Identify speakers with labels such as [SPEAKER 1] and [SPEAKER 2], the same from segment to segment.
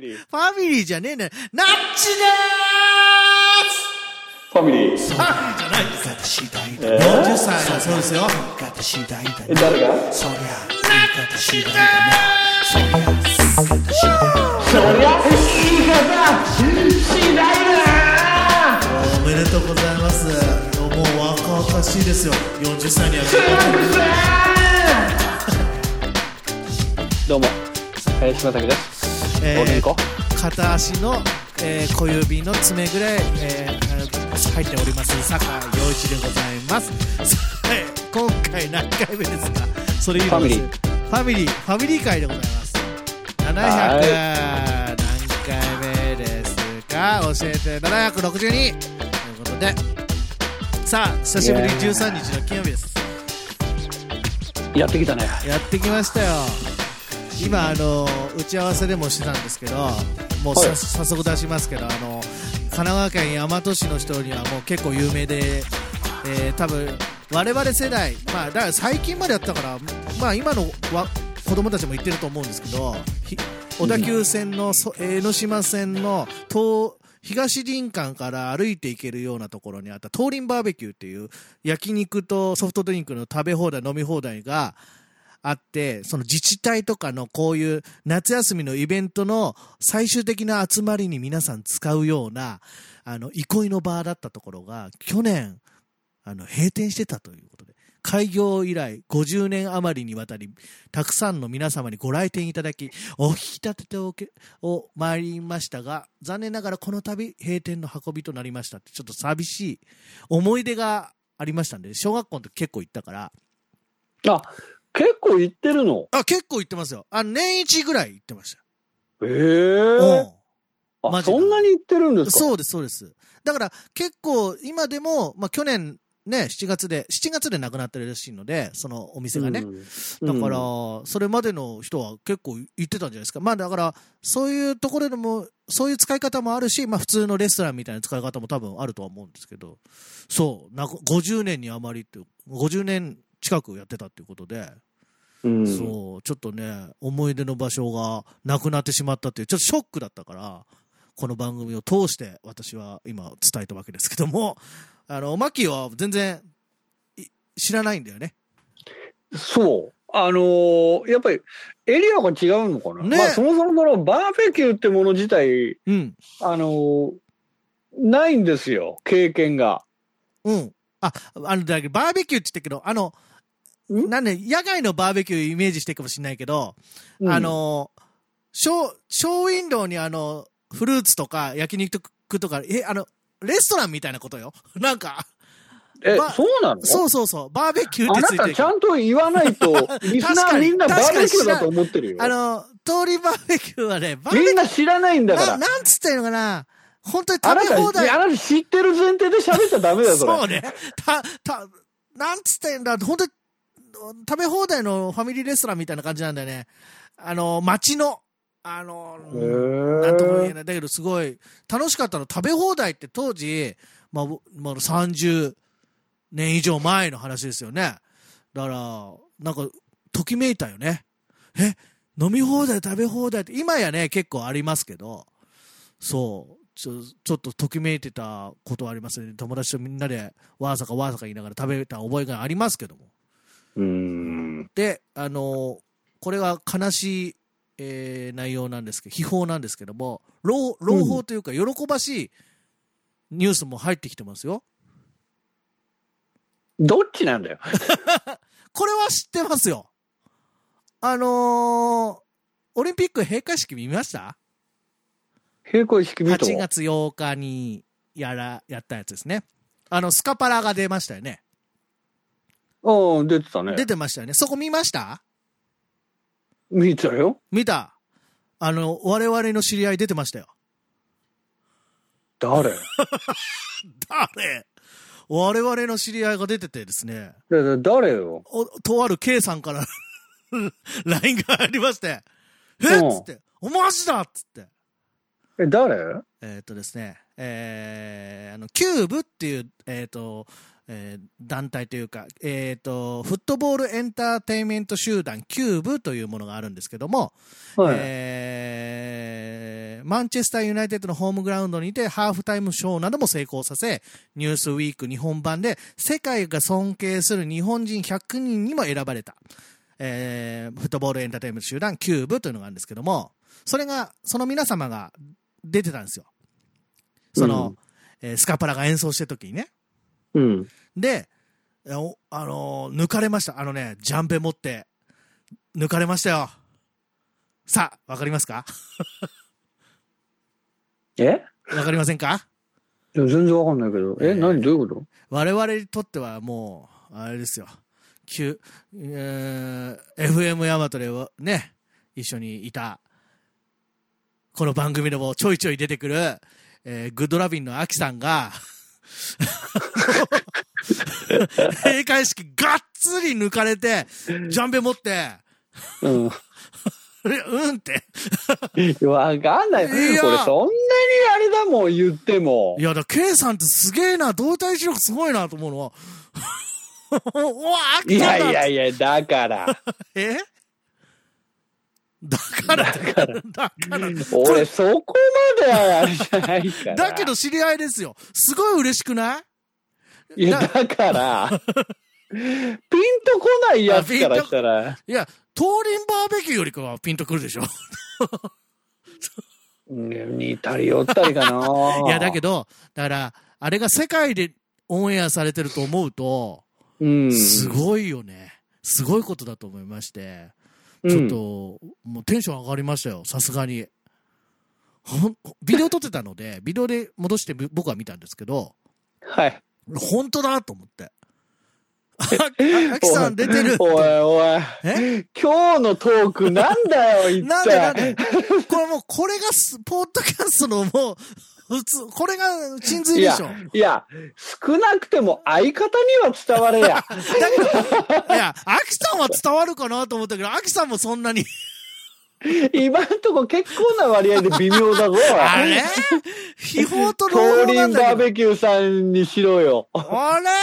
[SPEAKER 1] リー。
[SPEAKER 2] ファミリーじゃねえね。ナッチでーす
[SPEAKER 1] ファミリ
[SPEAKER 2] ファミ
[SPEAKER 1] ー。
[SPEAKER 2] リーじゃないです。
[SPEAKER 3] 次第だ
[SPEAKER 1] えー
[SPEAKER 2] 40歳だそうですよ。
[SPEAKER 3] 言い方次第だね
[SPEAKER 1] え、誰が
[SPEAKER 3] そりゃ言い方次第だねそりゃ言い方次第だね
[SPEAKER 1] そりゃ、言い方、しないな
[SPEAKER 2] おめでとうございます。もう若々しいですよ。40歳には。
[SPEAKER 1] どうも、林正樹です。
[SPEAKER 2] えー
[SPEAKER 1] お元気
[SPEAKER 2] 片足の、えー小指の爪ぐらい、えー、入っております坂井陽一でございます さあえー今回何回目ですかそれ以上です
[SPEAKER 1] ファミ
[SPEAKER 2] ファミリーファミリー会でございます700何
[SPEAKER 1] は
[SPEAKER 2] 回目ですか教えて762ということでさあ久しぶりに
[SPEAKER 1] いやー
[SPEAKER 2] 13日の金曜日です
[SPEAKER 1] やってきたね。
[SPEAKER 2] やってきましたよ今あの打ち合わせでもしてたんですけどもうさ、
[SPEAKER 1] はい
[SPEAKER 2] 早速出しますけどあの神奈川県大和市の人にはもう結構有名で、えー多分我々世代まあだから最近までやったからまあ今のわ子供たちも言ってると思うんですけどひ小田急線のそ江ノ島線の東東林間から歩いて行けるようなところにあった東林バーベキューっていう焼肉とソフトドリンクの食べ放題飲み放題があってその自治体とかのこういう夏休みのイベントの最終的な集まりに皆さん使うようなあの憩いの場だったところが去年あの閉店してたということで開業以来50年余りにわたりたくさんの皆様にご来店いただきお引き立てておけを参りましたが残念ながらこの度閉店の運びとなりましたってちょっと寂しい思い出がありましたんで小学校の時結構行ったから
[SPEAKER 1] あ、結構行ってるの。
[SPEAKER 2] あ結構行ってますよあ年一ぐらい行ってました
[SPEAKER 1] ええ
[SPEAKER 2] よ、マ
[SPEAKER 1] あ、
[SPEAKER 2] ジで
[SPEAKER 1] そんなに行ってるん
[SPEAKER 2] う
[SPEAKER 1] で
[SPEAKER 2] ん、
[SPEAKER 1] すか
[SPEAKER 2] そうですそうですだから結構今でも、まあ、去年ね7月で7月で亡くなってるらしいのでそのお店がね、
[SPEAKER 1] うん
[SPEAKER 2] だから、
[SPEAKER 1] うん
[SPEAKER 2] それまでの人は結構行ってたんじゃないですか。まあだから、そういうところでも、そういう使い方もあるし、まあ普通のレストランみたいな使い方も多分あるとは思うんですけど、そう、なんか50年にあまりって、50年近くやってたっていうことで、
[SPEAKER 1] うん
[SPEAKER 2] そう、ちょっとね、思い出の場所がなくなってしまったっていう、ちょっとショックだったから、この番組を通して私は今伝えたわけですけども、あの、マッキーは全然い知らないんだよね。
[SPEAKER 1] そう。あのーやっぱりエリアが違うのかな、
[SPEAKER 2] ね
[SPEAKER 1] まあ、そもそもそのバーベキューってもの自体、
[SPEAKER 2] うん。
[SPEAKER 1] あのーないんですよ、経験が。
[SPEAKER 2] うん。あ、あの、だけどバーベキューって言ったけど、あの、
[SPEAKER 1] ん
[SPEAKER 2] なんで、野外のバーベキューイメージしてるかもしれないけど、
[SPEAKER 1] うん
[SPEAKER 2] あ、の、ショー、ショーウィンドウにあの、フルーツとか焼肉とか、え、あの、レストランみたいなことよ。なんか、
[SPEAKER 1] え、
[SPEAKER 2] まあ
[SPEAKER 1] そうなの
[SPEAKER 2] そうそうそう、バーベキューっ
[SPEAKER 1] あ
[SPEAKER 2] て
[SPEAKER 1] な
[SPEAKER 2] ついて
[SPEAKER 1] た
[SPEAKER 2] る
[SPEAKER 1] ちゃんと言わないと、 リスナーみんなバーベキューだと思ってるよ。
[SPEAKER 2] あの、通りバーベキューはね、バーベ
[SPEAKER 1] みん
[SPEAKER 2] キュ
[SPEAKER 1] な知らないんだ
[SPEAKER 2] ー、
[SPEAKER 1] か
[SPEAKER 2] な
[SPEAKER 1] ら。
[SPEAKER 2] なんつったらいいのかな、本当に
[SPEAKER 1] あな
[SPEAKER 2] 食べ放
[SPEAKER 1] た、
[SPEAKER 2] 題
[SPEAKER 1] ねあなた知ってる前提で喋っちゃダメだよ、それ。
[SPEAKER 2] そうね。た、た、なんつってんだ、本当に食べ放題のファミリーレストランみたいな感じなんだよね。あの、街の、あの、
[SPEAKER 1] へ
[SPEAKER 2] なんとも言え
[SPEAKER 1] ー
[SPEAKER 2] ない。だけど、すごい、楽しかったの。食べ放題って当時、まあ、まあ、30年以上前の話ですよね。だから、なんか、ときめいたよね。え、飲み放題、食べ放題って、今やね、結構ありますけど、そう。ちょちょっとときめいてたことはありますね。友達とみんなでわーさかわーさか言いながら食べた覚えがありますけども。
[SPEAKER 1] うーん。
[SPEAKER 2] で、あのこれは悲しい、えー内容なんですけど、秘宝なんですけども、朗朗報というか、喜ばしいニュースも入ってきてますよ。
[SPEAKER 1] どっちなんだよ。
[SPEAKER 2] これは知ってますよ。あのーオリンピック閉会式見ました
[SPEAKER 1] 平行式見と。
[SPEAKER 2] 8月8日にやら、やったやつですね。あの、スカパラが出ましたよね。
[SPEAKER 1] うん、出てたね
[SPEAKER 2] 出。てましたよね。そこ見ました
[SPEAKER 1] 見てたよ。
[SPEAKER 2] 見たあの、我々の知り合い出てましたよ。
[SPEAKER 1] 誰
[SPEAKER 2] 誰我々の知り合いが出ててですね、
[SPEAKER 1] だだ誰よ。
[SPEAKER 2] おとある K さんから LINE がありまして、え
[SPEAKER 1] うん
[SPEAKER 2] っつって、おマジだっつって。
[SPEAKER 1] え、誰
[SPEAKER 2] えーっとですね、えーあの、キューブっていう、えーっと、えー団体というか、えーっと、フットボールエンターテインメント集団キューブというものがあるんですけども、
[SPEAKER 1] はい。
[SPEAKER 2] えマンチェスターユナイテッドのホームグラウンドにてハーフタイムショーなども成功させ、ニュースウィーク日本版で世界が尊敬する日本人100人にも選ばれた、えー、フットボールエンターテインメント集団キューブというのがあるんですけども、それが、その皆様が出てたんですよ。その、
[SPEAKER 1] うん
[SPEAKER 2] えースカパラが演奏してる時にね。
[SPEAKER 1] うん。
[SPEAKER 2] で、えおあのー抜かれました。あのね、ジャンベ持って、抜かれましたよ。さあ、わかりますか
[SPEAKER 1] え
[SPEAKER 2] わかりませんか
[SPEAKER 1] でも全然わかんないけど。え、
[SPEAKER 2] えー
[SPEAKER 1] 何どういうこ
[SPEAKER 2] 我々にとってはもう、あれですよ。旧えー FM ヤマトではね、一緒にいた、この番組でもちょいちょい出てくる、えーグッドラビンのアキさんが、閉会式がっつり抜かれて、ジャンベ持って、
[SPEAKER 1] とうん。
[SPEAKER 2] えうんって。
[SPEAKER 1] わかんない。
[SPEAKER 2] いや
[SPEAKER 1] これそんなにあれだもん、言っても
[SPEAKER 2] い。や、だから、K さんってすげえな、動体視力すごいなと思うの は。うわ、飽き
[SPEAKER 1] い
[SPEAKER 2] た
[SPEAKER 1] や
[SPEAKER 2] んだ
[SPEAKER 1] いやいや、だから。
[SPEAKER 2] えだから、だから、だから。
[SPEAKER 1] 俺、そこまではあれじゃないから。
[SPEAKER 2] だけど、知り合いですよ。すごい嬉しくない
[SPEAKER 1] いや、だから、ピンとこないやつからしたら、
[SPEAKER 2] いや、トーリンバーベキューよりかはピンとくるでしょ。
[SPEAKER 1] うん似たり寄ったりかな。
[SPEAKER 2] いや、だけど、だから、あれが世界でオンエアされてると思うと、
[SPEAKER 1] うん。
[SPEAKER 2] すごいよね。すごいことだと思いまして。
[SPEAKER 1] う
[SPEAKER 2] ちょっ
[SPEAKER 1] ん
[SPEAKER 2] と、もうテンション上がりましたよ、さすがに。ほんビデオ撮ってたので、ビデオで戻してぶ僕は見たんですけど、
[SPEAKER 1] はい。
[SPEAKER 2] 本当だと思って。あきさん出てるって。
[SPEAKER 1] おいおい。
[SPEAKER 2] え
[SPEAKER 1] 今日のトークなん だよ、一
[SPEAKER 2] なんでなんで
[SPEAKER 1] 体。
[SPEAKER 2] これもう、これがす、ポッドキャストのもう、普通、これが真髄
[SPEAKER 1] い
[SPEAKER 2] で
[SPEAKER 1] や
[SPEAKER 2] しょ。、
[SPEAKER 1] いや、少なくても相方には伝われや。
[SPEAKER 2] だけど、いや、アキさんは伝わるかなと思ったけど、アキさんもそんなに、
[SPEAKER 1] 今んとこ結構な割合で微妙だぞ。
[SPEAKER 2] あれ秘宝と
[SPEAKER 1] ト
[SPEAKER 2] 朗報
[SPEAKER 1] ーリ
[SPEAKER 2] なん
[SPEAKER 1] ンバ
[SPEAKER 2] だ
[SPEAKER 1] ー
[SPEAKER 2] けど。
[SPEAKER 1] ベキューさんにしろよ。
[SPEAKER 2] あれ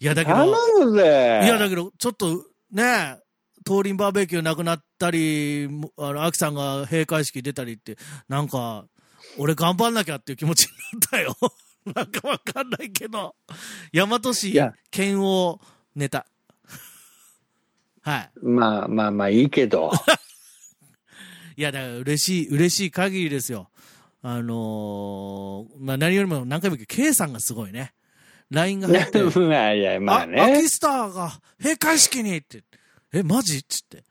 [SPEAKER 2] いや、だけど。
[SPEAKER 1] 頼むぜ。
[SPEAKER 2] いや、だけど、ちょっと、ね、東林バーベキューなくなったり、もあの、アキさんが閉会式出たりって、なんか、俺頑張んなきゃっていう気持ちになったよ。 なんかわかんないけど。大和市
[SPEAKER 1] いや
[SPEAKER 2] 県をネタ。はい。
[SPEAKER 1] まあまあまあいいけど。
[SPEAKER 2] いや、だから嬉しい、嬉しい限りですよ。あのーまあ、何よりも何回も言うけど、K さんがすごいね。LINE が入って。
[SPEAKER 1] いやいや、 まあ
[SPEAKER 2] あア
[SPEAKER 1] ね。
[SPEAKER 2] キスターが閉会式にって。え、マジっつって。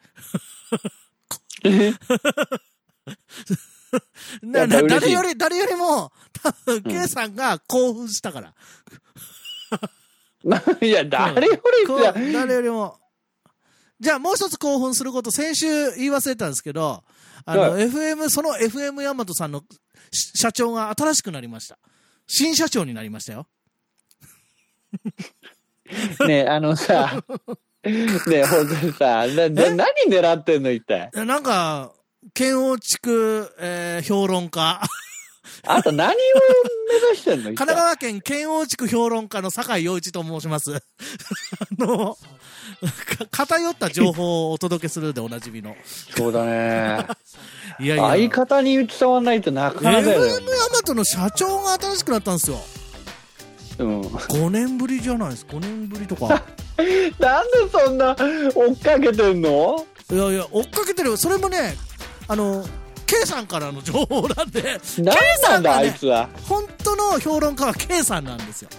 [SPEAKER 2] な
[SPEAKER 1] やっぱ
[SPEAKER 2] な
[SPEAKER 1] 嬉し
[SPEAKER 2] 誰
[SPEAKER 1] い
[SPEAKER 2] より、誰よりも、多分、
[SPEAKER 1] うん
[SPEAKER 2] K さんが興奮したから。
[SPEAKER 1] ま あいや、誰より
[SPEAKER 2] こう
[SPEAKER 1] じゃ、
[SPEAKER 2] 誰よりも。じゃあ、もう一つ興奮すること、先週言い忘れたんですけど、あの、
[SPEAKER 1] は
[SPEAKER 2] FM、その FM ヤマトさんのし社長が新しくなりました。新社長になりましたよ。
[SPEAKER 1] ねあ のさ、ね本当にさ、な、な、何狙ってんの一体。
[SPEAKER 2] えなんか、県央地区、えー評論家。
[SPEAKER 1] あと何を目指してんの一
[SPEAKER 2] 神奈
[SPEAKER 1] 体。
[SPEAKER 2] 川県県央地区評論家の酒井陽一と申します。あ の、か偏った情報をお届けするでおなじみの。
[SPEAKER 1] そうだね。
[SPEAKER 2] いやいや。
[SPEAKER 1] 相方に伝わんないとなか
[SPEAKER 2] FM
[SPEAKER 1] なかだよ。
[SPEAKER 2] ヤマトの社長が新しくなったんですよ。
[SPEAKER 1] うん。
[SPEAKER 2] 5年ぶりじゃないです。5年ぶりとか。
[SPEAKER 1] なんでそんな追っかけてんの
[SPEAKER 2] いやいや、追っかけてる。それもね、あの、K さんからの情報なんで、
[SPEAKER 1] 何なんだ、
[SPEAKER 2] 計算が
[SPEAKER 1] あ
[SPEAKER 2] ね
[SPEAKER 1] いつは。
[SPEAKER 2] 本当の評論家は K さんなんですよ。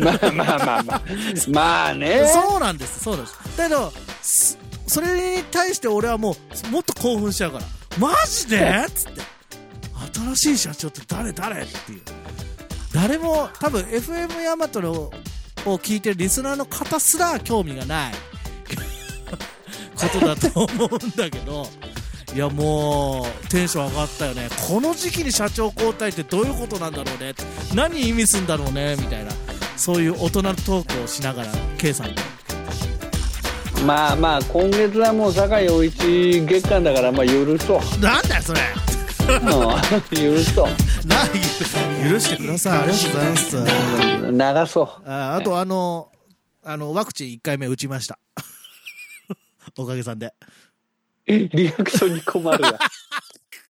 [SPEAKER 1] まあまあまあま あ。まあね。
[SPEAKER 2] そうなんです、そうなんです。だけど、すそれに対して俺はもう、もっと興奮しちゃうから、マジでつって、新しい社長って誰誰っていう。誰も、多分 FM ヤマトのを聞いてるリスナーの方すら興味がない ことだと思うんだけど、いやもう、テンション上がったよね。この時期に社長交代ってどういうことなんだろうね。何意味すんだろうね、みたいな。そういう大人のトークをしながら、K さんと。
[SPEAKER 1] まあまあ、今月はもう酒井陽一月間だから、まあ許 そう。
[SPEAKER 2] なんだよそれ
[SPEAKER 1] うん、 許そう。
[SPEAKER 2] な許してくださいありがとうございます
[SPEAKER 1] 流そう。
[SPEAKER 2] ああとあのあのワクチン1回目打ちました おかげさんで
[SPEAKER 1] リアクションに困るわ。